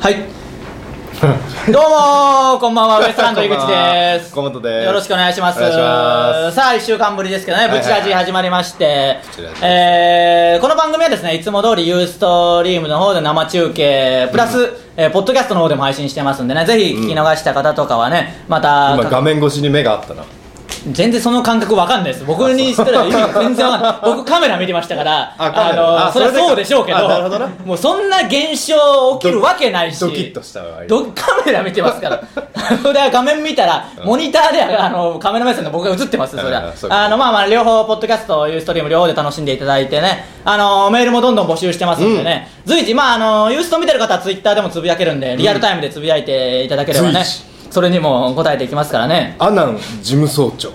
はい。 どうもーこんばんは、ウエストランド井口です。こんばんは河本ですよろしくお願いします。お願いしますさあ、一週間ぶりですけどね、はいブチラジ始まりましてブチラジで、すえーこの番組はですね、いつも通りユーストリームの方で生中継、プラス、えーポッドキャストの方でも配信してますんでね、ぜひ聞き逃した方とかはね、また、今画面越しに目があったな全然その感覚わかんないです僕にしたら意 味全然わかんない僕カメラ見てましたからあカあメラのあそれはそうでしょうけどそれであなるほどなもうそんな現象起きるわけないしドキッとしたわ今どカメラ見てます からそれは画面見たらモニターであのカメラ目線で僕が映ってますそれあはあそうかあのまあまあ両方ポッドキャストユーストリーム両方で楽しんでいただいてねあのメールもどんどん募集してますんでね、随時まああのユースト見てる方はツイッターでもつぶやけるんでリアルタイムでつぶやいていただければね随時、それにも答えていきますからねアナン事務総長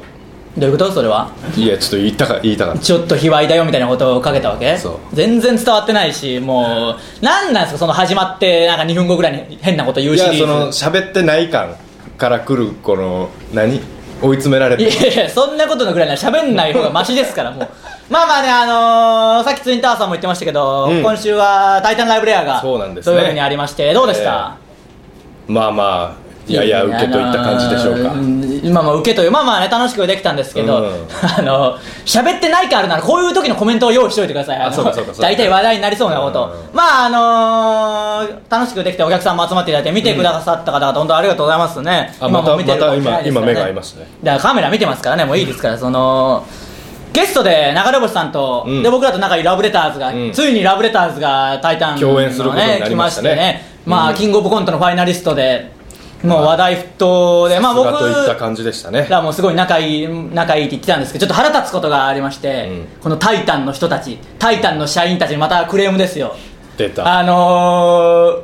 どういうことそれはいやちょっと言いたか言いたかったちょっと卑猥だよみたいなことをかけたわけそう全然伝わってないしもうなんなんですかその始まってなんか2分後ぐらいに変なこと言ういシやリそのーズ喋ってない感から来るこの何追い詰められいてやいやそんなことのぐらいなら喋んない方がマシです からもうまあまあねあのーさっきツインタワーさんも言ってましたけど、うん今週は「タイタンライブレアが」そうなんですね土曜日にありましてどうでした、まあまあいやいや受けといった感じでしょうあのかーうんまあまあ受けというまあまあね楽しくできたんですけど、うん あの喋ってないかあるならこういう時のコメントを用意しておいてくださいあのそうかそうかそうか大体話題になりそうなこと、うまああのー楽しくできてお客さんも集まっていただいて見てくださった方々本当ありがとうございますね、あまもた見てまるかもたしれな今いです今からね目が合いましたねだからカメラ見てますからねもういいですからそのゲストで流れ星さんと、うんで僕らと仲いいラブレターズが、んついにラブレターズが「タイタン」共演することになりましたね来まあ、うんキングオブコントのファイナリストでもう話題沸騰で、まあ、ま僕あといった感じでしたねらもすごい仲いい仲いいって言ってたんですけどちょっと腹立つことがありまして、うんこの「タイタン」の人たち「タイタン」の社員たちにまたクレームですよ出たあのー、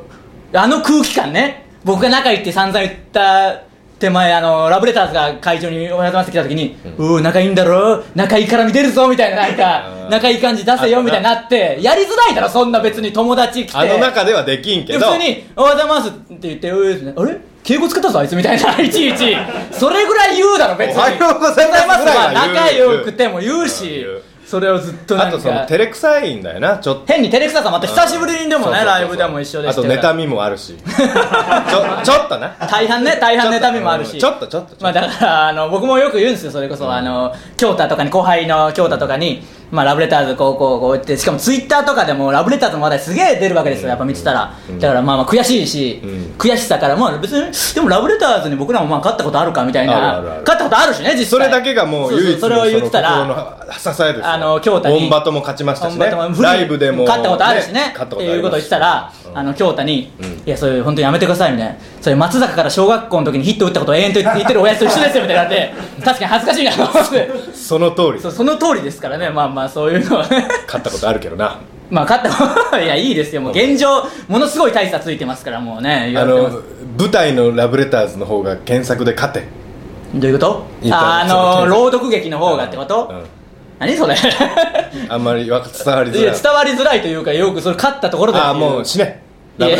あの空気感ね僕が仲いいって散々言った手前、あのーラブレターズが会場におやつましてきた時に「うー仲いいんだろ仲いいから見てるぞ」みたいななん うかん仲いい感じ出せよあったなみたいになってやりづらいだろそんな別に友達来てあの中ではできんけでど普通に「おはようございます」って言って「うーってあれ敬語使ったぞあいつ」みたいな いちいちそれぐらい言うだろ別におはようござおはいますようございますはぐらいは仲言う良くても言うしうん言うそれをずっとなんあかとその照れくさいんだよなちょっと変に照れくささまた久しぶりにでもそうそうねそうライブでも一緒でしたからあと妬みもあ るしちょちょっとな大半ね大半妬みもあるしちょっとちょっとちょっとまあ、だからあの僕もよく言うんですよそれこそ、あの京太とかに後輩の京太とかに、まあ、ラブレターズこうこうこう言ってしかもツイッターとかでもラブレターズの話題すげえ出るわけですよやっぱ見てたら、だからまあまあ悔しいし、ん悔しさからまあ別にでもラブレターズに僕らもまあ勝ったことあるかみたいなあるあるある勝ったことあるしね実際それだけがもうそそ唯一それを言ってたらその心の支えですよあの京太にオンバトも勝ちましたしね本場ともライブでも勝ったことあるしねっ勝ったてことありますいうことを言ってたら、あの京太に、いやそういう本当にやめてくださいみたいなそれ松坂から小学校の時にヒット打ったことを永遠と言ってる親父と一緒ですよみたいに なって確かに恥ずかしいなと思ってその通りそうその通りですからねまあまあそういうのはね 勝ったことあるけどなまあ勝った いやいいですよもう現状ものすごい大差ついてますからもうね言あわれてますの舞台のラブレターズの方が検索で勝てどういうこといいからあのちょっ朗読劇の方がってこと、う何 それんあんまりわ伝わりいづらやい伝わりづらいというかよくそれ勝ったところでああもう死ねいやいや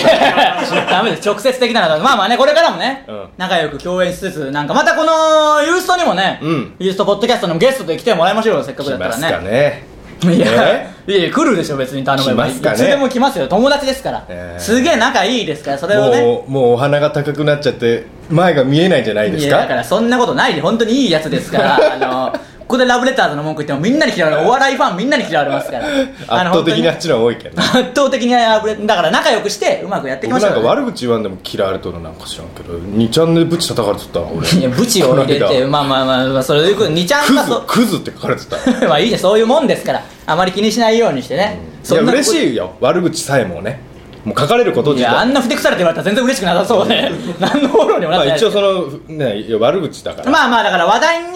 ダメです直接的なのはまあまあねこれからもね、うん仲良く共演しつつなんかまたこのユーストにもね、うんユーストポッドキャストのゲストで来てもらいましょうよせっかくだ来ったまらすかねねいや、えいやいや来るでしょ別に頼めば来ますかねいつでも来ますよ友達ですから、ええすげえ仲いいですからそれをねもうもうお花が高くなっちゃって前が見えないんじゃないですいやだかからそんなことないで本当にいいやつですから あのここでラブレターズの文句言ってもみんなに嫌われるお笑いファンみんなに嫌われますから圧倒的にあっあの本当にちの方が多いけどな圧倒的にラブレだから仲良くしてうまくやっていきま僕しょなうんよか悪口言わんでも嫌われとるなんか知らんけど2チャンネルぶち叩かれとったわ俺いや、ブチを入れこのて、間まあまあまあまあ、それでいく、二ちゃんがそクズクズって書かれてたい 、うまあいいじゃん、そういうもんですから、あまり気にしないようにしてね。やな嬉しいよ悪口さえもねもう書かれることい自体や、あんなふてくされて言われたら全然嬉しくなさそうね。 何のフォローにもなっまてなあい一応そのねいや悪口だからまあまあだから話題に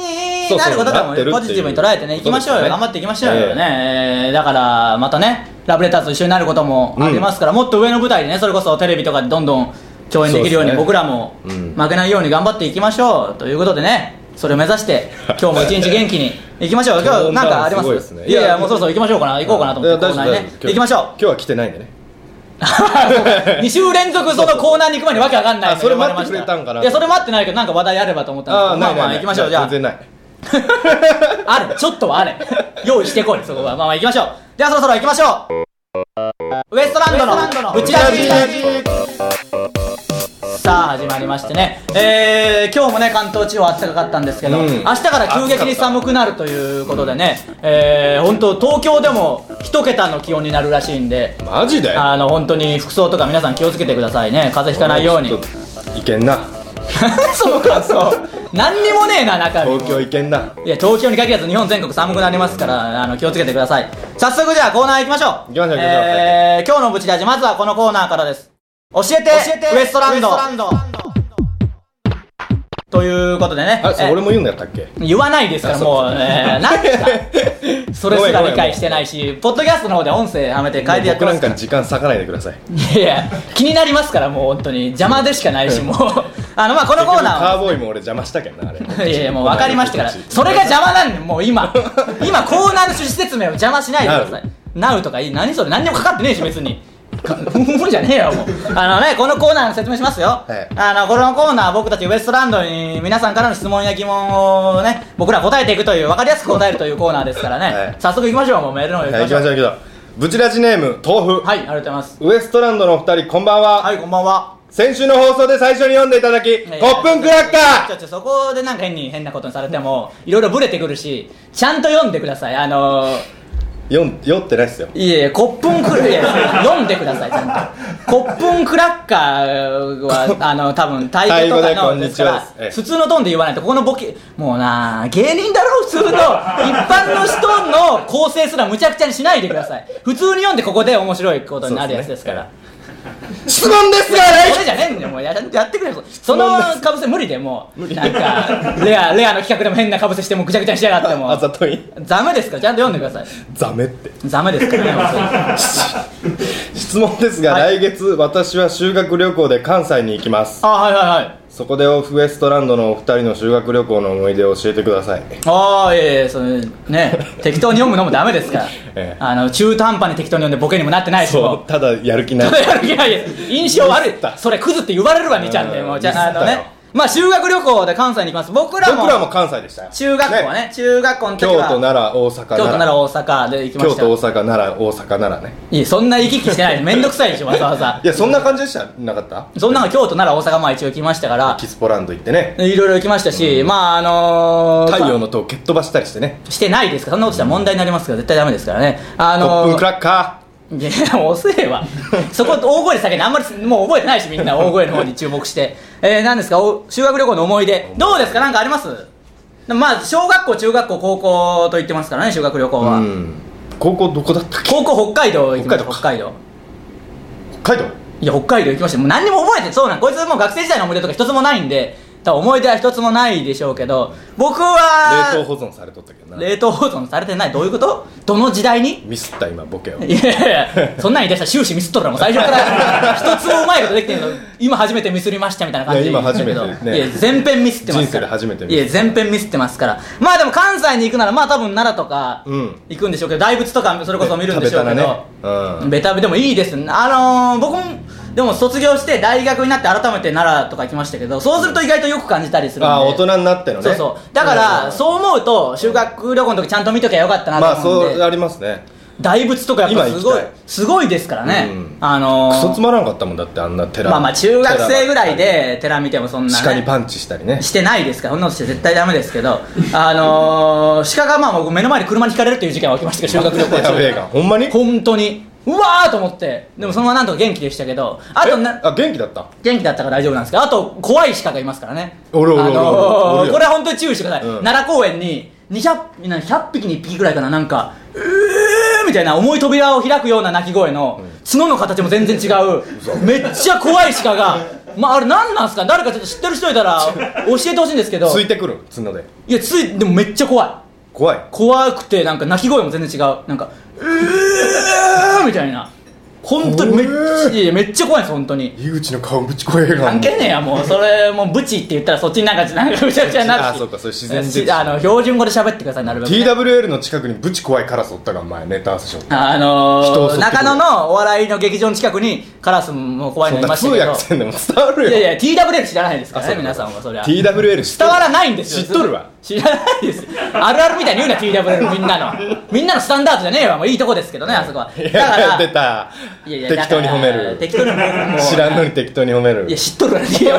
なることとかそうそうなもってるっていうポジティブに捉えてねいきましょうよ、そうですね頑張っていきましょうよええね、えーだからまたねラブレターズと一緒になることもありますから、もっと上の舞台でねそれこそテレビとかでどんどん共演できるようにそうですね僕らもうん負けないように頑張っていきましょうということでねそれを目指して今日も一日元気にいきまし ょう今日なんかありますすごいですねいやいやもうそろそろ行きましょうかな行こうかなと思っていやコーナーに大丈夫大ね丈夫行きましょう 今日は来てないんでね2週連続そのコーナーに行くまでわけわかんないのあそれ待って呼ばましたくれたんかないやそれ待ってないけどなんか話題あればと思ったんですけああどなまあまいなあい行きましょうじゃあ全然ないあるちょっとはあれ用意してこいそこはまあまあ行きましょうではそろそろ行きましょうウエストランドのブチラジブチラジ始まりましてね、えー今日もね関東地方暖かかったんですけど、うん明日から急激に寒くなるということでね、えー本当東京でも一桁の気温になるらしいんでマジであの本当に服装とか皆さん気をつけてくださいね風邪ひかないようにちょっといけんな そうかそう何にもねえな中身東京いけんないや東京に限らず日本全国寒くなりますからあの気をつけてください早速じゃあコーナー行きましょう行きましょう行きましょうえー今日のブチラジまずはこのコーナーからです教えてウエストランドということでねあそえれ俺も言うんだったっけ言わないですからあそうもう、えー、何です かそれすら理解してないしポッドキャストの方で音声はめて変えてやって僕まなんすかから時間割かないでくださいいや気になりますからもう本当に邪魔でしかないしもうあのまあこのコーナーは結局カーボーイも俺邪魔したけどなあ れいやいやもう分かりましたからそれが邪魔なんでもう今今コーナーの趣旨説明を邪魔しないでください「なう」とかいい何それ何にもかかってねえし別にか無理じゃねえよもうあのねこのコーナーの説明しますよ、はいあのこのコーナーは僕たちウエストランドに皆さんからの質問や疑問をね僕ら答えていくという分かりやすく答えるというコーナーですからね、はい早速いきましょうもうメールの方行きはい行ましきょまうしょう行きましょうブチラジネーム豆腐はいありがとうございますウエストランドのお二人こんばんは、はいこんばんは先週の放送で最初に読んでいただきいやいやコップンクラッカちょーっとそこでなんか変に変なことにされてもいろいろブレてくるしちゃんと読んでくださいあのー読ん酔ってないっすよいやいや、コップンクラッカー、読んでください、ちゃんと。コップンクラッカーは、あの、多分、タイ語とタかイ語でこの、んでにすちかはらええ、普通のトーンで言わないと、ここのボケ、もうなあ芸人だろ、普通の。一般の人の構成すらむちゃくちゃにしないでください。普通に読んで、ここで面白いことになるやつですから。質問ですがそれじゃねえんだよ、もうややってくれよ。そのかぶせ無理でもう、なんか、レア、レアの企画でも変なかぶせして、もうぐちゃぐちゃにしやがってあもあ。ざといダメですから、ちゃんと読んでください。ザメってダメです からね、本当に質問ですが、来月私は修学旅行で関西に行きますあ、はいはいはい。そこでウエストランドのお二人の修学旅行の思い出を教えてくださいああいやいやそのね 適当に読むのもダメですから、ええあの中途半端に適当に読んでボケにもなってないしそもうただやる気なういやる気ないです印象悪いミスったそれクズって言われるわみちゃんでうんもうじゃあミスあったのよねまあ修学旅行で関西に行きます僕らも僕らも関西でしたよ中学校はね中学校の時京は都奈良大阪京都奈奈良良大阪で行きま京した都大阪奈良大阪奈良ねいやそんな行き来してないめんどくさ いでしょわざわざいやそんな感じでしたなかったそんなの京都奈良大阪まあ一応行きましたからキスポランド行ってねいろいろ行きましたし、まああのー太陽の塔を蹴っ飛ばしたりしてねしてないですからそんなことしたら問題になりますから絶対ダメですからねあコのーップンクラッカいや遅えわそこ大声で叫んであんまりもう覚えてないしみんな大声の方に注目してえー、何ですかお修学旅行の思い出どうですかなんかありますでもまあ小学校中学校高校と言ってますからね修学旅行ーは、うん高校どこだったっけ高校北海道行きました北海道か北海道北海道いや北海道行きましたもう何にも覚えてそうなんこいつもう学生時代の思い出とか一つもないんで多分思い出は一つもないでしょうけど僕は冷凍保存されとったけどな冷凍保存されてないどういうことどの時代にミスった今ボケをいやいやそんなん言い出したら終始ミスっとるからもう最初か ら一つもうまいことできてんの今初めてミスりましたみたいな感じでいや今初めて言ってるけどねいや全編ミスってますから人生で初めてミいスや全編ミスってますからまあでも関西に行くならまあ多分奈良とかうん行くんでしょうけど大仏とかそれこそ見るんでしょうけベタベどタねうんベタベでもいいですねあのー僕もでも卒業して大学になって改めて奈良とか行きましたけどそうすると意外とよく感じたりするんでああ大人になってのねそうそうだからそう思うと修学旅行の時ちゃんと見ときゃよかったうなんまあと思うんでそうありますね大仏とかやっぱすご今行いきたいすごいですからね、うんあのクーソつまらなかったもんだってあんな寺まあまあ中学生ぐらいで寺見てもそんな、鹿にね、パンチしたりねしてないですからそんなことして絶対ダメですけどあのー、鹿がまあ僕目の前に車にひかれるという事件が起きましたけど修学旅行 やべえ中がほんまに本当にうわーと思ってでもそのままなんとか元気でしたけどあとなえあ元気だった元気だったから大丈夫なんですけどあと怖い鹿がいますからねおるおるおるおるあのーおるよこれは本当に注意してください、うん奈良公園に200な100匹に1匹ぐらいかななんか「うー」みたいな重い扉を開くような鳴き声の角の形も全然違うめっちゃ怖い鹿がまああれ何なんすか誰かちょっと知ってる人いたら教えてほしいんですけどついてくる角でいやついでもめっちゃ怖い怖い怖くてなんか鳴き声も全然違うなんか「うー」みたいな本当にめっちゃいやいやめっちゃ怖いんです本当に井口の顔ぶち怖えが関係ねえやもうそれもうブチって言ったらそっちになんかなんかぐちゃぐちゃになるしあそうかそれ自然ですしあの標準語で喋ってくださいなるべくね、 TWL の近くにぶち怖いカラスおったが前ネタ合わせしようあ人をのー、襲ってくる中野のお笑いの劇場の近くにカラスも怖いそのんいまなし通たけ訳どせんでも伝わるよいやいや TWL 知らないですからあねそう皆さんはそりゃ TWL 知っ伝わらないんですよ知っとるわ知らないですあるあるみたいに言うな TWL みんなのみんなのスタンダードじゃねえわもういいとこですけどねあそこはだいかやら出たいやいや適当に褒めだからる適当に褒めるもう知らんのに適当に褒めるいや知っとるわいや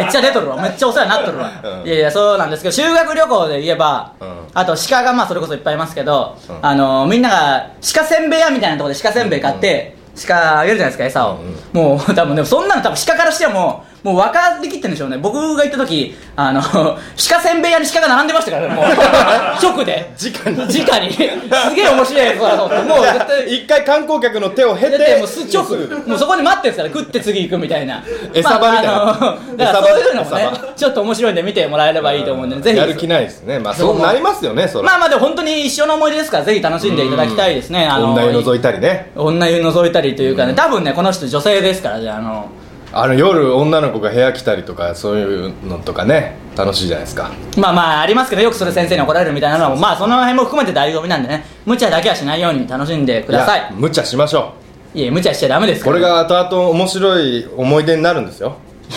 めっちゃ出とるわめっちゃお世話になっとるわ、うんいやいやそうなんですけど修学旅行で言えば、うんあと鹿がまあそれこそいっぱいいますけど、うんあのみんなが鹿せんべい屋みたいなところで鹿せんべい買って、鹿あげるじゃないですか餌を、もう 多分ねそんなの多分鹿からしてももう分かりきってるんでしょうね僕が行った時あの 鹿せんべい屋に鹿が並んでましたからねもう 直で直に直にすげえ面白いやつだなと思ってもう絶対一回観光客の手を経だっててもうす直もうそこで待ってるんですから食って次行くみたいな餌場みたいなまああのだからそういうのも餌ねちょっと面白いんで見てもらえればいいと思うんで、ぜひやる気ないですねまあそうそうなりますよねそれまあまあでも本当に一生の思い出ですからぜひ楽しんでいただきたいですね、あの女を覗いたりね女湯覗いたりというかね、多分ねこの人女性ですからじゃああのあの夜女の子が部屋来たりとかそういうのとかね楽しいじゃないですかまあまあありますけどよくそれ先生に怒られるみたいなのもまあその辺も含めて醍醐味なんでね無茶だけはしないように楽しんでくださやい無茶しましょいや無茶しちゃダメでうすかこられが後々面白い思い出になるんですよ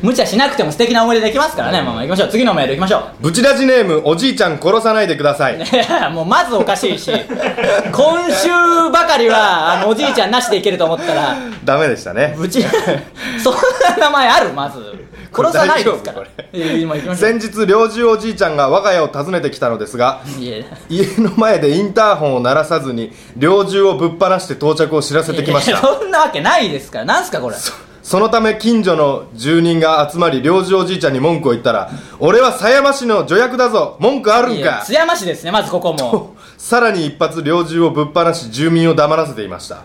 無茶しなくても素敵な思い出できますからね、まあまあ行きましょう次のメール行きましょうブチラジネームおじいちゃん殺さないでくださいいや もうまずおかしいし今週ばかりはあのおじいちゃんなしでいけると思ったらダメでし たね ぶちそんな名前あるまずこれ殺さないですから大丈夫こいや今行きましょう先日猟銃おじいちゃんが我が家を訪ねてきたのですがいや家の前でインターホンを鳴らさずに猟銃をぶっ放して到着を知らせてきましいやたそんなわけないですからなんすかこれそのため近所の住人が集まり猟銃おじいちゃんに文句を言ったら「俺は狭山市の助役だぞ文句あるいんやか津山市ですねまずここも」さらに一発猟銃をぶっ放し住民を黙らせていました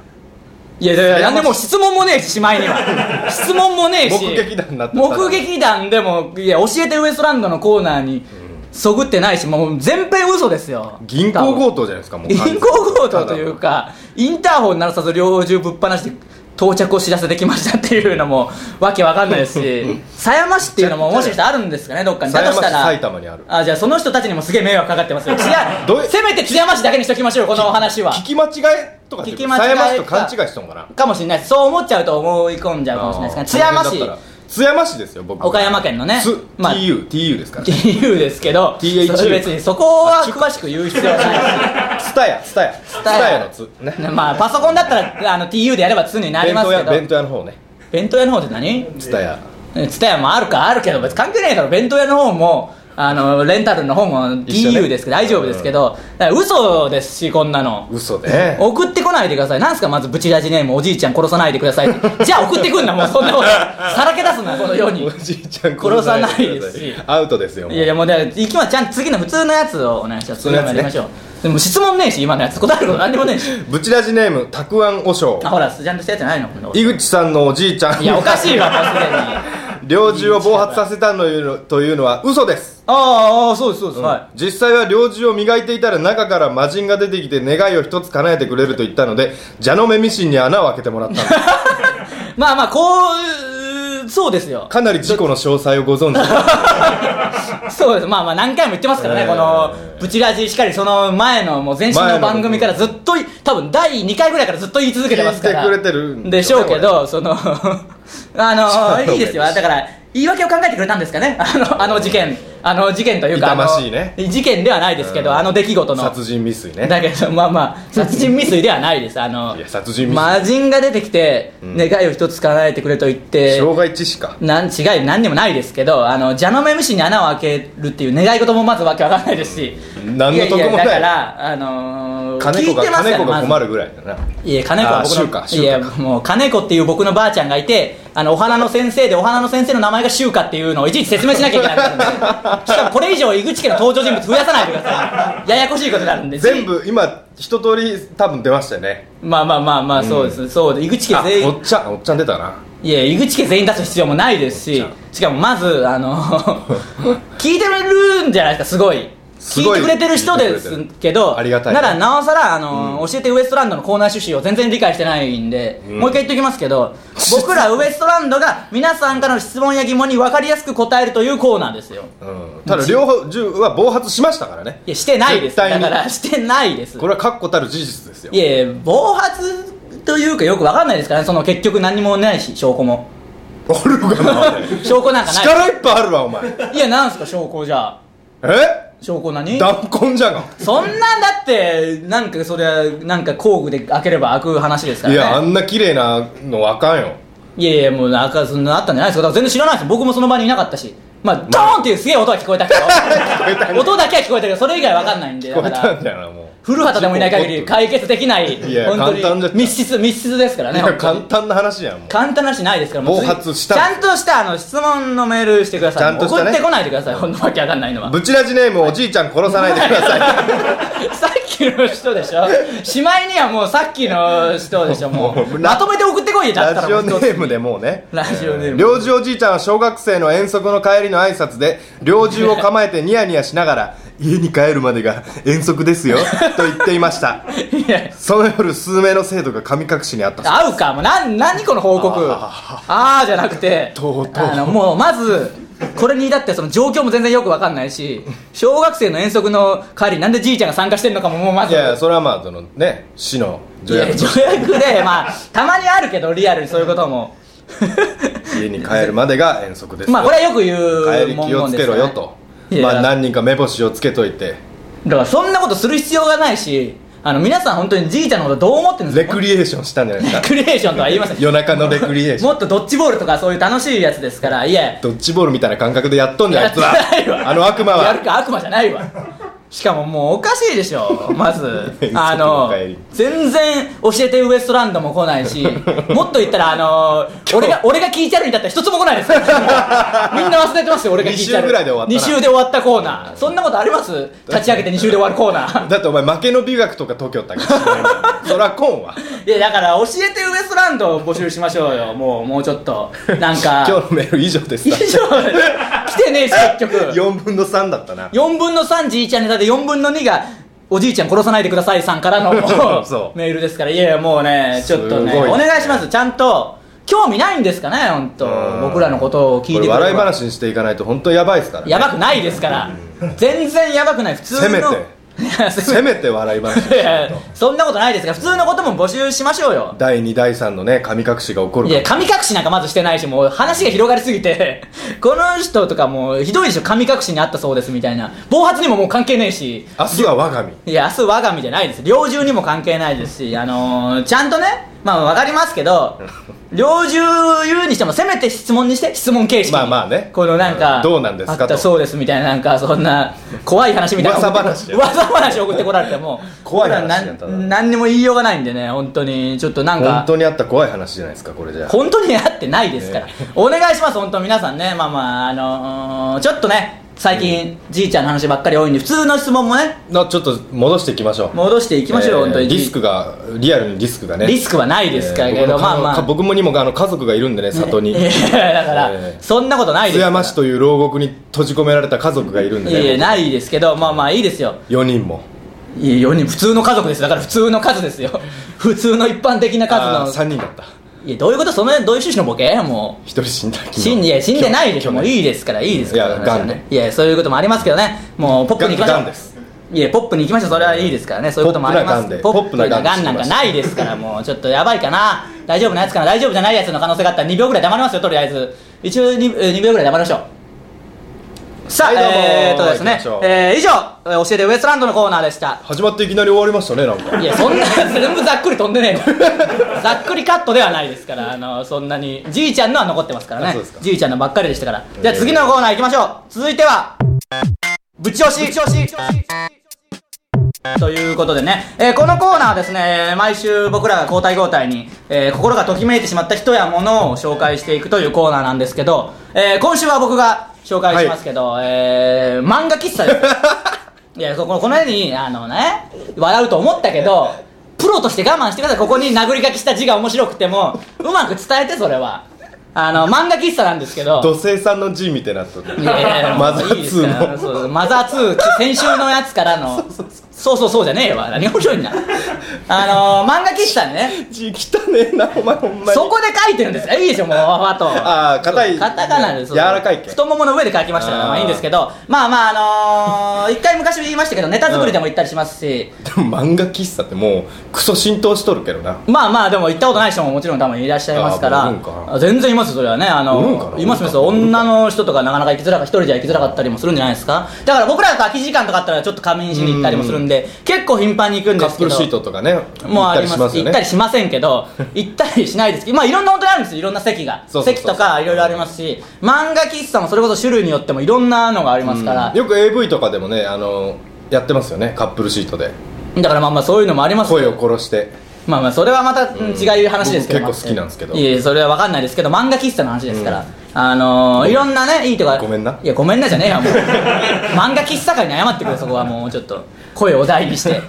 いやいやいやなんでもう質問もねえししまいに は質問もねえし目撃談になってた目撃談でもいや教えてウエストランドのコーナーにそぐってないしもう全編嘘ですよ銀行強盗じゃないですかもう完全銀に行強盗というかインターホン鳴らさず猟銃ぶっ放して到着を知らせてきましたっていうのもわけわかんないです し狭山市っていうのももしかしたらあるんですかねどっかにだとしたら狭山市埼玉にあるじゃあその人たちにもすげえ迷惑かかって ますよ津山どういうせめて津山市だけにしときましょうこのお話は聞き間違えとかって聞き間違えか狭山市と勘違いしとんかなかもしれないですそう思っちゃうと思い込んじゃうかもしれないですね津山市津山市ですよ僕岡山県のねつまあ TU TU ですからね言うですけど THU それ別にそこは詳しく言う必要はない しツタヤツタヤツタヤのつねまあパソコンだったらあの TU でやれば通になり弁ます当け屋ど弁当屋の方ね弁当屋の方って何ツタヤツタヤもあるかあるけど別に関係ないだろ弁当屋の方もあのレンタルの方も一緒ね DU ですけど大丈夫ですけど、だから嘘ですしこんなの嘘ね送ってこないでくださいなんすかまずブチラジネームおじいちゃん殺さないでく ださいってじゃあ送ってくんなもうそん なことさらけ出すなこの世におじいちゃん殺さないですしアウトですよもういやいやもうだから今ちゃん次の普通のやつをお願いします普通のやつねやりましょうでも質問ねえし今のやつ答えること何でもねえし ブチラジネームたくあんおしょあうほらちゃんとしたやつじゃないのこんなこと井口さんのおじいちゃんいやおかしいわもうすでに 猟銃を暴発させたのいうのというのは嘘です ああそうですそうです、はい実際は猟銃を磨いていたら中から魔人が出てきて願いを一つ叶えてくれると言ったので蛇の目ミシンに穴を開けてもらったんです まあまあこうそうですよかなり事故の詳細をご 存知そうですまあまあ何回も言ってますからね、えーこのブチラジしかりその前のもう前身の番組からずっとい多分第2回ぐらいからずっと言い続けてますから聞いてくれてるんででししょょううけねどそのあのいいですよだから言い訳を考えてくれたんですかねあのあの事件あの事件というかあの痛ましいね事件ではないですけど、あの出来事の殺人未遂ねだけどまあまあ殺人未遂ではないですあのいや殺人未遂魔人が出てきて、願いを一つ叶えてくれと言って障害致死かなん違い何にもないですけどあの蛇の目虫に穴を開けるっていう願い事もまずわけわかんないですし何の得もなややいだからあのー、金聞子いてますが金から子がまず困るぐらいだないや金子はあー僕柊のかいやもう金子っていう僕のばあちゃんがいてあのお花の先生でお花の先生の名前が修華っていうのをいちいち説明しなきゃいけなくなるんでしかもこれ以上井口家の登場人物増やさないでくださいややこしいことになるんで全部今一通り多分出ましたよねまあまあまあまあそうです、そうで井口家あ全員おっちゃんおっちゃん出たないや井口家全員出す必要もないですしおっちしかもまずあ の聞いてくれるんじゃないですかすごいすご聞いいてくれてる人ですけどありがたいならなおさらあの、教えてウエストランドのコーナー趣旨を全然理解してないんで、んもう一回言っておきますけど僕らウエストランドが皆さんからの質問や疑問に分かりやすく答えるというコーナーですようんただ両銃は暴発しましたからねいやしてないです絶対だにからしてないですこれは確固たる事実ですよいやいや暴発というかよく分かんないですからねその結局何もないし証拠もあ るかな証拠なんかない力いっぱいあるわお前いやなんすか証拠じゃあえ証拠何弾痕じゃがそんなんだってなんかそれはなんか工具で開ければ開く話ですかいやあらねんな綺麗なのあか んよいやいやもうなんかそんなあったんじゃないですかだから全然知らないです僕もその場にいなかったしまあドーンっていうすげえ音は聞こえたけ ど音だけは聞こえたけどそれ以外わかんないんで聞こえだかたんらじゃないもう古畑でもいない限り解決できないいや本当簡単だにった密室密室ですからいねや本当に簡単な話やんもう簡単な話ないですからもう暴発したちゃんとしたあの質問のメールしてくださいちゃんとしたね送ってこないでくださいほんのわけわかんないのはブチラジネームおじいちゃん殺さないでください さっきの人でしょしまいにはもうさっきの人でしょももううまとめて送ってこいよだったラらジオネもう一つームでもうね ラジオネーム領事おじいちゃんは小学生の遠足の帰りの挨拶で猟銃を構えてニヤニヤしながら家に帰るまでが遠足で すよと言っていましたいやその夜数名の生徒が神隠しにあったそう合うかもうなん何この報告ああーじゃなくてとうとうあのもうまずこれに至ってその状況も全然よくわかんないし小学生の遠足の代わりになんでじいちゃんが参加してんのかももうまずいやいやそれはまあそのね市のい助や役助役でまあたまにあるけどリアルにそういうことも家に帰るまでが遠足です よまあこれはよく言帰うり文気を言つですけろねよといやまあ何人か目星をつけといてだからそんなことする必要がないしあの皆さん本当にじいちゃんのことどう思ってるんでレすかクリエーションしたんじゃないですレかクリエーションとは言いません夜中のレクリエーションもっとドッジボールとかそういう楽しいやつですからいやドッジボールみたいな感覚でやっとんじゃんあやいっつてないわはあの悪魔やるはか悪魔じゃないわしかももうおかしいでしょま ず遠足のあの帰り全然教えてウエストランドも来ない しもっと言ったらあの俺が俺が聞いちゃるんだったら一つも来 ないですよみんな忘れてますよ俺が聞いちゃる二週ぐらいで終わったな二週で終わったコーナーそんなことあります立ち上げて2週で終わるコーナーだってお前負けの美学とか東京ったけど そらこんわいやだから教えてウエストランドを募集しましょうよもうもうちょっとなんか 今日のメール以上です以 上来てねえし結 局4分の3だったな4分の3じいちゃんネタで4分の2がおじいちゃん殺さないでくださいさんからのそう そうメールですからいやいやもうねちょっとねすごいお願いしますちゃんと興味ないんですかね本当うん僕らのことを聞いてこくれれ笑いば話にしていかないと本当やばいですからねやばくないですから全然やばくない普通のせめて いやせせめて笑い話に しいやないいやとそんなことないですから普通のことも募集しましょうよ第2第3のね神隠しが起こるいかや、ら神隠しなんかまずしてないし、もう話が広がりすぎて、 この人とかもうひどいでしょ、神隠しにあったそうですみたいな。暴発にももう関係ねえし、明日は我が身いや、明日我が身じゃないです。猟銃にも関係ないですし、あのー、ちゃんとね、まあわかりますけど、猟銃言うにしても、せめて質問にして、質問形式に。まあまあねこのなんうか、んどうなんですかとあったそうですみたいな、なんかそんな、怖い話みたいな。噂話だよ噂話送ってこられても、怖い話だよなんただ何にも言いようがないんでね、本当に、ちょっとなんか。本当にあった怖い話じゃないですかこれじゃあ本当に会ってないですから、えお願いします本当皆さんねまあまああのーちょっとね最近、じいちゃんの話ばっかり多いんで普通の質問もねのちょっと戻していきましょう戻していきましょう、えー本当にリスクがリアルにリスクがねリスクはないですからけど、えー僕のまあまかあ僕もにもあの家族がいるんでね里にいや だから、えーそんなことないです津から山市という牢獄に閉じ込められた家族がいるんでいやいやねないですけどまあまあいいですよ4人もいや4人普通の家族ですだから普通の数ですよ普通の一般的なあー数の3人だった1いやどういうことそのどういう趣旨のボケもう人死んだ昨日死んいや死んでないでしょ去も年ういいですからいいですからいやガンねいやそういうこともありますけどねもうポップに行きましょうガンガンですいやポップに行きましょうそれはいいですからねそういうこともありますポップなガンでポップなガンポップなガンなんかないですからもうちょっとやばいかな大丈夫なやつかな大丈夫じゃないやつの可能性があったら2秒ぐらい黙りますよとりあえず一応 2, えー2秒ぐらい黙りましょうさあ、はいどうもえーとです行きまねしょう、えー以上えー教えてウエストランドのコーナーでした始まっていきなり終わりましたねなんかいやそんな全部ざっくり飛んでねえわざっくりカットではないですからあのそんなにじいちゃんのは残ってますからあねそうですかじいちゃんのばっかりでしたからじゃあえー次のコーナー行きましょう続いてはぶち押しということでね、えーこのコーナーはですね毎週僕らが交代交代に、えー心がときめいてしまった人やものを紹介していくというコーナーなんですけど、えー今週は僕が紹介しますけど、えー漫画喫茶です いやこここのようにあのね笑うと思ったけどプロとして我慢してくださいここに殴り書きした字が面白くてもうまく伝えてそれはあの漫画喫茶なんですけど土星さんの字みたいになっとるいやいやいやマザーいいですから2のそうマザー2先週のやつからのそうそうそうじゃねえわ何が面白いんだあのー、漫画喫茶にね字汚ねえなお前ほんまにそこで書いてるんですよいいでしょもうわわっとあー硬いカタカナでそう柔らかいっけ太ももの上で書きましたからあーまあいいんですけどまあまああのー、一回昔言いましたけどネタ作りでも行ったりしますし、でも漫画喫茶ってもうクソ浸透しとるけどなまあまあでも行ったことない人ももちろん多分いらっしゃいますかあらーもういるんかなあ全然いますよそれはねあいるんかのないますいます女の人とかなかなか行きづらか一人じゃ行きづらかったりもするんじゃないですかだから僕らと空き時間とかあったらちょっと仮眠しに行ったりもするんで結構頻繁に行くんカですップけどルシートとかねもうあります行ったよねりしませんけ ど行ったりしないですけどまあいろんな本当にあるんですよいろんな席がそうそうそう席とかいろいろありますし漫画喫茶もそれこそ種類によってもいろんなのがありますから、よく AV とかでもねあのやってますよねカップルシートでだからまあまあそういうのもありますけど声を殺してまあまあそれはまたうん違う話ですけど、僕結構好きなんですけどいえそれは分かんないですけど漫画喫茶の話ですから、あのー、いろんなねいいとかごめんないやごめんなじゃねえよも う漫画喫茶会に謝ってくれそこはもうちょっと声を大に して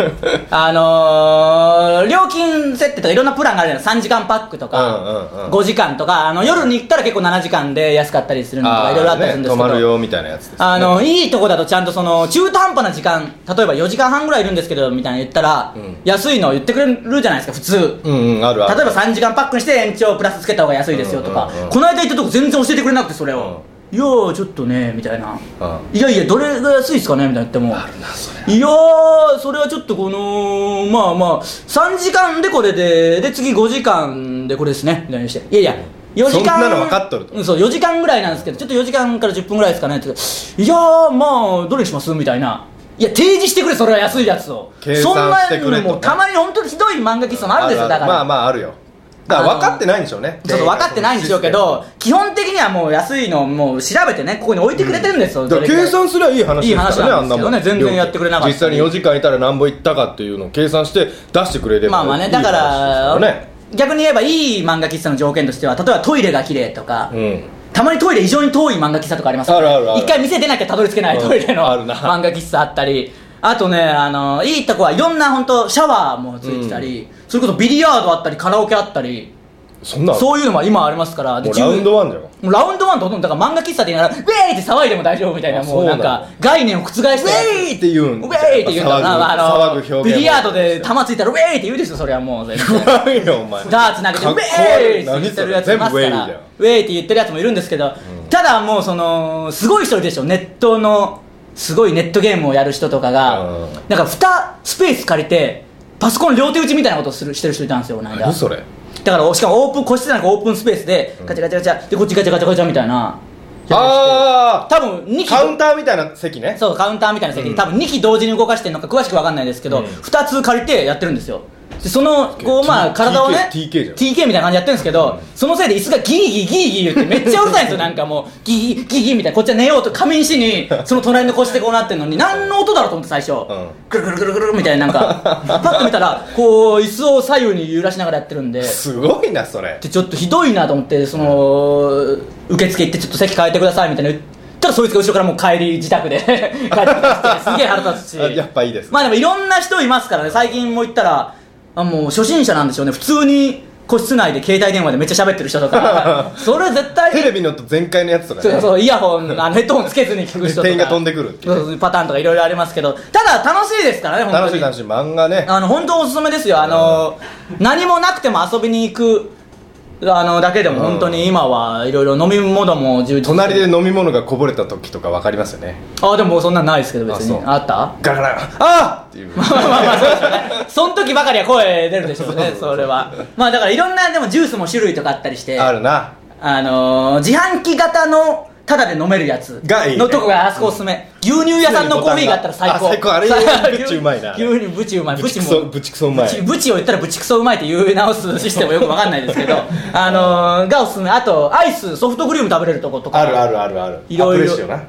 あのー、料金設定とかいろんなプランがあるじゃない3時間パックとか、うんうんうん5時間とかあの夜に行ったら結構7時間で安かったりするのとかいろいろあったりするんですけど、ね、泊まるよみたいなやつです、ね、あのいいとこだとちゃんとその中途半端な時間例えば4時間半ぐらいいるんですけどみたいなの言ったら、うん安いのを言ってくれるじゃないですか普通、うんうんあるある例えば3時間パックにして延長プラスつけた方が安いですよとか、うんうんうんこの間行ったとこ全然教えてくれなくてそれを、いやーちょっとねみたいな、ういやいやどれが安いですかねみたいな言ってもいやーそれはちょっとこのまあまあ3時間でこれでで次5時間でこれですねみたいにしていやいや4時間そんなの分かっとるとうんそう4時間ぐらいなんですけどちょっと4時間から10分ぐらいですかねっていやーまあどれにしますみたいないや提示してくれそれは安いやつを計算してくれとそんなのもうたまに本当にひどい漫画喫茶もあるんですよだからまあまああるよだから分かってないんでしょうねちょっと分かってないんでしょうけど基本的にはもう安いのをもう調べてねここに置いてくれてるんですよ、だから計算すりゃいい話ですからねいい話なんですけどねあもん全然やってくれなかった実際に4時間いたら何本いったかっていうのを計算して出してくれればまあまあねだかいい話ですからね逆に言えばいい漫画喫茶の条件としては例えばトイレが綺麗とか、うんたまにトイレ異常に遠い漫画喫茶とかありますよねあるあるある一回店出なきゃたどり着けないうんトイレのあるな漫画喫茶あったりあとねあのいいとこはいろんな本当シャワーもついてたり、それこそビリヤードあったりカラオケあったりそんなのそういうのも今ありますからでもうラウンドワンだよもうラウンドワンとほとんどだから漫画喫茶で言いながらウェーイって騒いでも大丈夫みたいなあもうなんか概念を覆してウェウェイって言うんウェイって言うんだな、騒ぐまあ、あの騒ぐ表現もビリヤードで球ついたらウェーイって言うでしょそれは もう全然怖いよお前ダーツ投げてかっウこェーイって悪い言っ何そてれるやつい全部まウすェかイらだよウェイって言ってるやつもいるんですけど、ただもうそのすごい人いるでしょネットのすごいネットゲームをやる人とかが、うんなんか蓋スペース借りてパソコン両手打ちみたいなことをするしてる人いたんですよこの間何それだからしかもオープン個室なんかオープンスペースでガチャガチャガチャでこっちガチャガチャガチャみたいなあ多分2あカウン機ターみたいな席ねそうカウンターみたいな席で、うん多分2機同時に動かしてるのか詳しく分かんないですけど、うん2つ借りてやってるんですよでそのこう T- まあ体をね TK じゃん TK みたいな感じでやってるんですけど、そのせいで椅子がギーギーギーギー言ってめっちゃうるさいんですよなんかもうギーギーギーギーみたいなこっちは寝ようと仮眠しにその隣の腰でこうなってるのに何の音だろうと思って最初、んくるくるくるくるみたいななんかパッと見たらこう椅子を左右に揺らしながらやってるんですごいなそれでちょっとひどいなと思ってその受付行ってちょっと席変えてくださいみたいな言ったらそいつが後ろからもう帰り自宅で 帰ってきてすげえ腹立つしあやっぱいいですまあでもいろんな人いますからね最近も言ったらあもう初心者なんでしょうね普通に個室内で携帯電話でめっちゃ喋ってる人と かそれ絶対テレビの全開のやつとかそうねそうイヤホンあの ヘッドホンつけずに聞く人とか店員が飛んでくるっていうそうそうパターンとかいろいろありますけどただ楽しいですからね本当に楽しい楽しい漫画ねあの本当おすすめですよあの、何もなくても遊びに行くあのだけでも本当に今はいろいろ飲み物も充実隣で飲み物がこぼれた時とか分かりますよねあでもそんなんないですけど別にあそうあったガラガラあーっていうまあまあまあそうですよね その時ばかりは声出るでしょうねそれはまあだからいろんなでもジュースも種類とかあったりしてあるなあのー自販機型のただで飲めるやつがいいねのとこがあそこおすすめ、牛乳屋さんのコーヒーがあったら最高あ最高あれ牛ブチうまいな 牛乳ブチうまいぶちくそぶちくそうまいブチブチを言ったらブチクソうまいって言い直すシステムよくわかんないです けどあのー、がおすすめあとアイスソフトクリーム食べれるとことかあるあるあるあるいろいろアップレッシュよな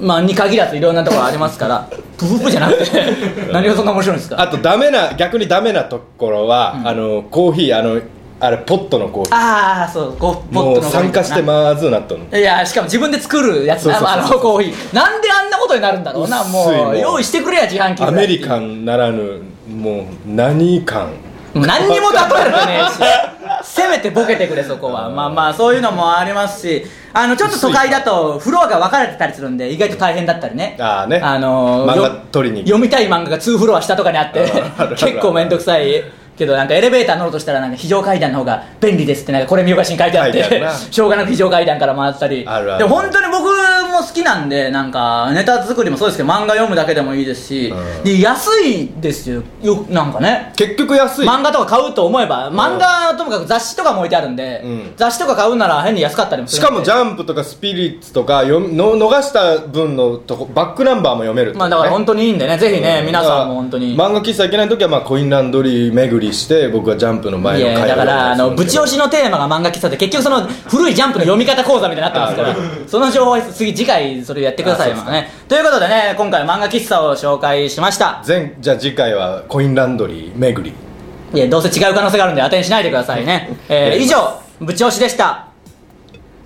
まあに限らずいろんなところありますから プフプじゃなくて何がそんな面白いんですかあとダメな逆にダメなところは、あのコーヒーあのあれポットのコーヒーああそうゴポッもトうの酸化してまずなっとんのいやしかも自分で作るやつなそうそうそうあのコーヒーなんであんなことになるんだろうな薄いももうう用意してくれや自販機アぐらいメリカンならぬもう何感何にも例えるとねえし せめてボケてくれそこはまあまあそういうのもありますしあのちょっと都会だとフロアが分かれてたりするんで意外と大変だったりねあーねあのー漫画よ取りに行く読みたい漫画が2フロア下とかにあってあーあるある結構面倒くさいけどなんかエレベーター乗ろうとしたらなんか非常階段の方が便利ですってなんかこれ見よがしに書いてあっ書いてあてる なしょうがなく非常階段から回ったりあるあるでも本当に僕も好きなんでなんかネタ作りもそうですけど漫画読むだけでもいいですし、うんで安いですよよなんかね結局安い漫画とか買うと思えば漫画ともかく雑誌とかも置いてあるんで、うん雑誌とか買うなら変に安かったりもすしるかもジゃャンプとかスピリッツとかよの逃した分のとこバックナンバーも読めるってこまとあだね、から本当にいいんでねぜひね、うん皆さんも本当に漫画喫茶行けない時はまあコインランドリー巡りして僕はジャンプの前いのや階だ段からあのぶち押ししのテーマが漫画喫茶で結局その古いジャンプの読み方講座みたいになってますかあらその情報は次次回それやってくださいあそうよねということでね今回漫画喫茶を紹介しました前じゃあ次回はコインランドリー巡りいやどうせ違う可能性があるんで当てにしないでくださいね、えーや以ります上ぶち押しでした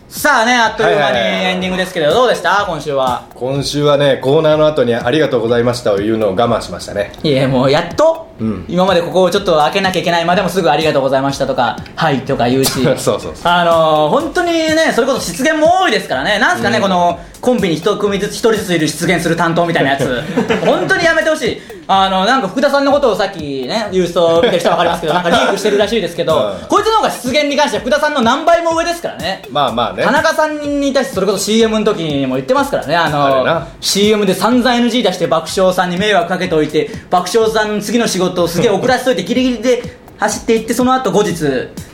さあねあっという間にはいはいはエいンディングですけどどうでした今週は今週はねコーナーの後に「ありがとうございました」を言うのを我慢しましたねいやもうやっと、うん今までここをちょっと開けなきゃいけないまでもすぐ「ありがとうございました」とか「はい」とか言うし そうそうそあのー本当にねそれこそ失言も多いですからねなんすかね、このコンビに一組ずつ一人ずついる失言する担当みたいなやつ 本当にやめてほしいあのなんか福田さんのことをさっきね郵送見てる人は分かりますけどなんかリークしてるらしいですけど、うんこいつの方が失言に関しては福田さんの何倍も上ですからねまあまあね田中さんに対してそれこそ CM の時にも言ってますからねああれのな CM で散々 NG 出して爆笑さんに迷惑かけておいて爆笑さんの次の仕事をすげえ遅らせといてギリギリで 走っていってその後後日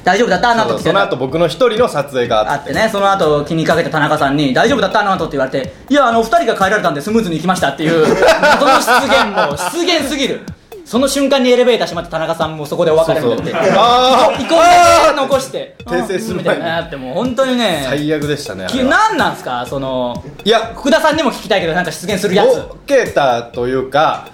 大丈夫だったあのそ後うってそ言のわれ後僕の一人の撮影がたああっってねその後気にかけた田中さんに大丈夫だったあの後って言われていやあのお二人が帰られたんでスムーズに行きましたっていう謎の失言も失言すぎるその瞬間にエレベーター閉まって田中さんもそこでお別れになってそうそうあー遺恨だけ残して 訂正する前にみたいなってもう本当にねて最悪でしたねあきれは何なんすかそのいや福田さんにも聞きたいけどなんか出現するやつボケたというか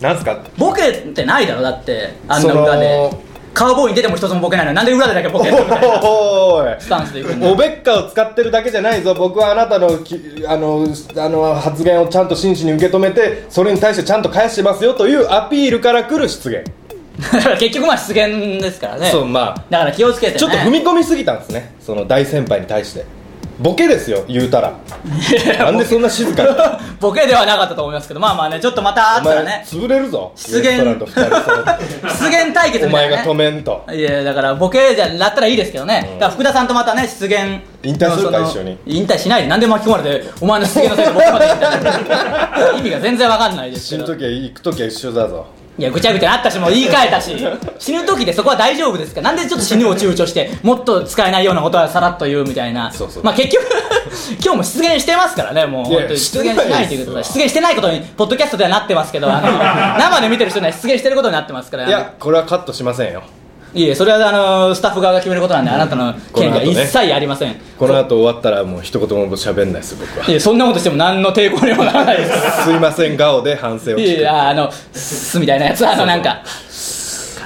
なんすかボケってないだろだってあんそなの裏でカウボーイに出ても一つもボケないのになんで裏でだけボケるみたいなおーいスタンスでいくんだおべっかを使ってるだけじゃないぞ僕はあなたのきあのあの発言をちゃんと真摯に受け止めてそれに対してちゃんと返してますよというアピールから来る失言、だから結局まあ出現ですからねそうまあだから気をつけてねちょっと踏み込みすぎたんですねその大先輩に対してボケですよ言 うたらなんでそんな静かにボケではなかったと思いますけどまあまあねちょっとまたあおったら前ね潰れるぞ失ウエス言トランド二人揃って出現対決おみた前いな、がね、止めんといやだからボケじゃなったらいいですけどね、だから福田さんとまたね出現引退するかその一緒に引退しないでなんで巻き込まれてお前の出現のせいで僕まで引 退意味が全然わかんないです 死けぬど時は行く時は一緒だぞいやぐちゃぐちゃなったしもう言い換えた し死ぬ時でそこは大丈夫ですかなんでちょっと死ぬを躊躇 してもっと使えないようなことはさらっと言うみたいなそうそうまあ結局 今日も出現してますからねもういや本当にして出ない現しないということだです出現してないことにポッドキャストではなってますけど あの生で見てる人には出現してることになってますからいやこれはカットしませんよいえいえそれはあのスタッフ側が決めることなんであなたの権利はこの後一ね切ありません、この後終わったらもう一言も喋んないで す僕はいえそんなことしても何の抵抗にもならないですすいません顔で反省をいえ聞いえくああのすみたいなやつあのなんかダメですか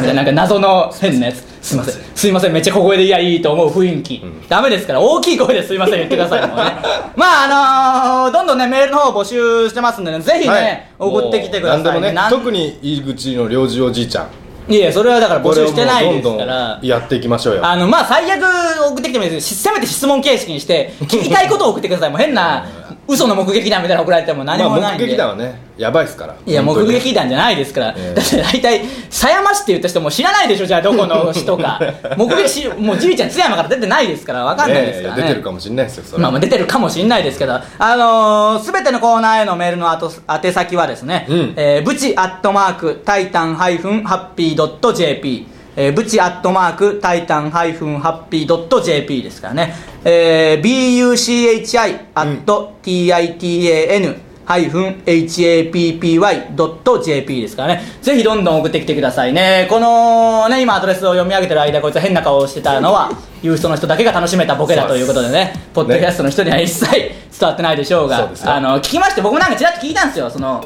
みたいななんか謎の変なやつすいませんすいませんめっちゃ小声でいやいいと思う雰囲気、ダメですから大きい声ですいません言ってくださいもう ねまああのーどんどんねメールの方募集してますんでねぜひね、送ってきてくださいもう何でもねなん特に入り口の領事おじいちゃんいえいえそれはだから募これ集をもしうてないどでんすどからんやっていきましょうよあのまあ最悪送ってきてもいいですしせめて質問形式にして聞きたいことを送ってくださいもう変な嘘の目撃談みたいなの送られても何もまなあいん目撃で、談はねやばいですからいや目本当に撃談じゃないですから、ええだって大体狭山市って言った人も知らないでしょじゃあどこの人 か目撃しもうじいちゃん津山から出てないですからわかんないですからねね出てるかもしれないですよそれまあまあ出てるかもしれないですけど、あのー、すべてのコーナーへのメールの後宛先はですね、うんえー、ぶちアットマークタイタンハイフンハッピードット JP、えー、ぶちアットマークタイタンハイフンハッピードット JP ですからね、えー、BUCHI アット TITAN ハイフン HAPPY.jp ですからねぜひどんどん送ってきてくださいねこのね今アドレスを読み上げてる間こいつは変な顔をしてた のはユーストの人だけが楽しめたボケだということでねポッドキャストの人には一切伝わってないでしょうそがうですよあの聞きまして僕もなんかちらっと聞いたんですよその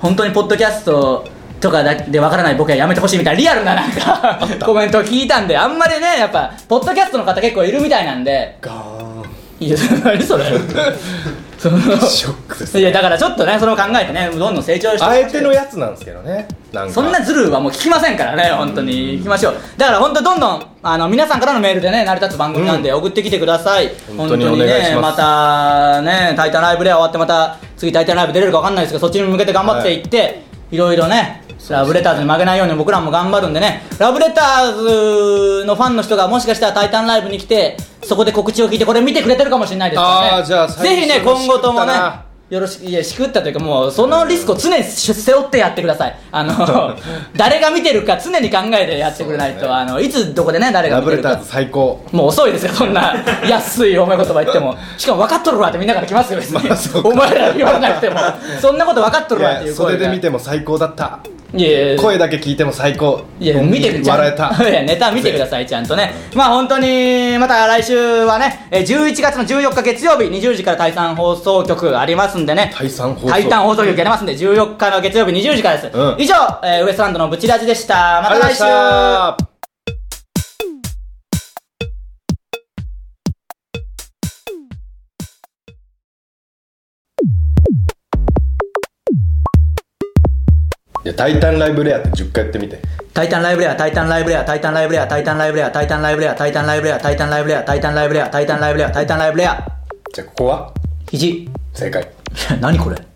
本当にポッドキャストとかだでわからないボケはやめてほしいみたいなリアルななんかコメントを聞いたんであんまりねやっぱポッドキャストの方結構いるみたいなんで ガーンいや何それそのショックですいやだ からちょっとねそれを考えてねどんどん成長してあえてのやつなんですけどねなんかそんなズルはもう聞きませんからね本当に聞きましょうだから本当どんどんあの皆さんからのメールでね成り立つ番組なんで送ってきてください、本当にお願いしねますたね「タイタンライブ」で終わってまた次「タイタンライブ」出れるか分かんないですけどそっちに向けて頑張っていって、い、ろいろねラブレターズに負けないように僕らも頑張るんでねラブレターズのファンの人がもしかしたら「タイタンライブ」に来てそこで告知を聞いてこれ見てくれてるかもしれないですからあねーじゃあぜひね最初今に後ともねしくったなよろしくいやしくったというかもうそのリスクを常に背負ってやってくださいあ の誰が見てるか常に考えてやってくれないと、そうですねあのいつどこでね誰がラ見ブてレるタかーズ最高もう遅いですよそん な安いお前言葉言ってもしかも分かっとるわってみんなから来ますよ別に、まあそうかお前ら言わなくて もそんなこと分かっといるわっていやう声袖がで見ても最高だったいやいや声だけ聞いても最高いや見てく笑えた いやネタ見てくださいちゃんとねまあ本当にまた来週はねえー11月の14日月曜日20時から対産放送局ありますんでねタイタン放送タイタン放送局やりますんで14日の月曜日20時からです、うん以上、えーウエストランドのブチラジでしたまあたりがとうござい来まし週たいや「タイタンライブレア」って10回やってみてタイタンライブレア、タイタンライブレア、タイタンライブレア、タイタンライブレア、タイタンライブレア、タイタンライブレア、タイタンライブレア、タイタンライブレア、タイタンライブレア、タイタンライブレア、じゃあここは肘。正解何これ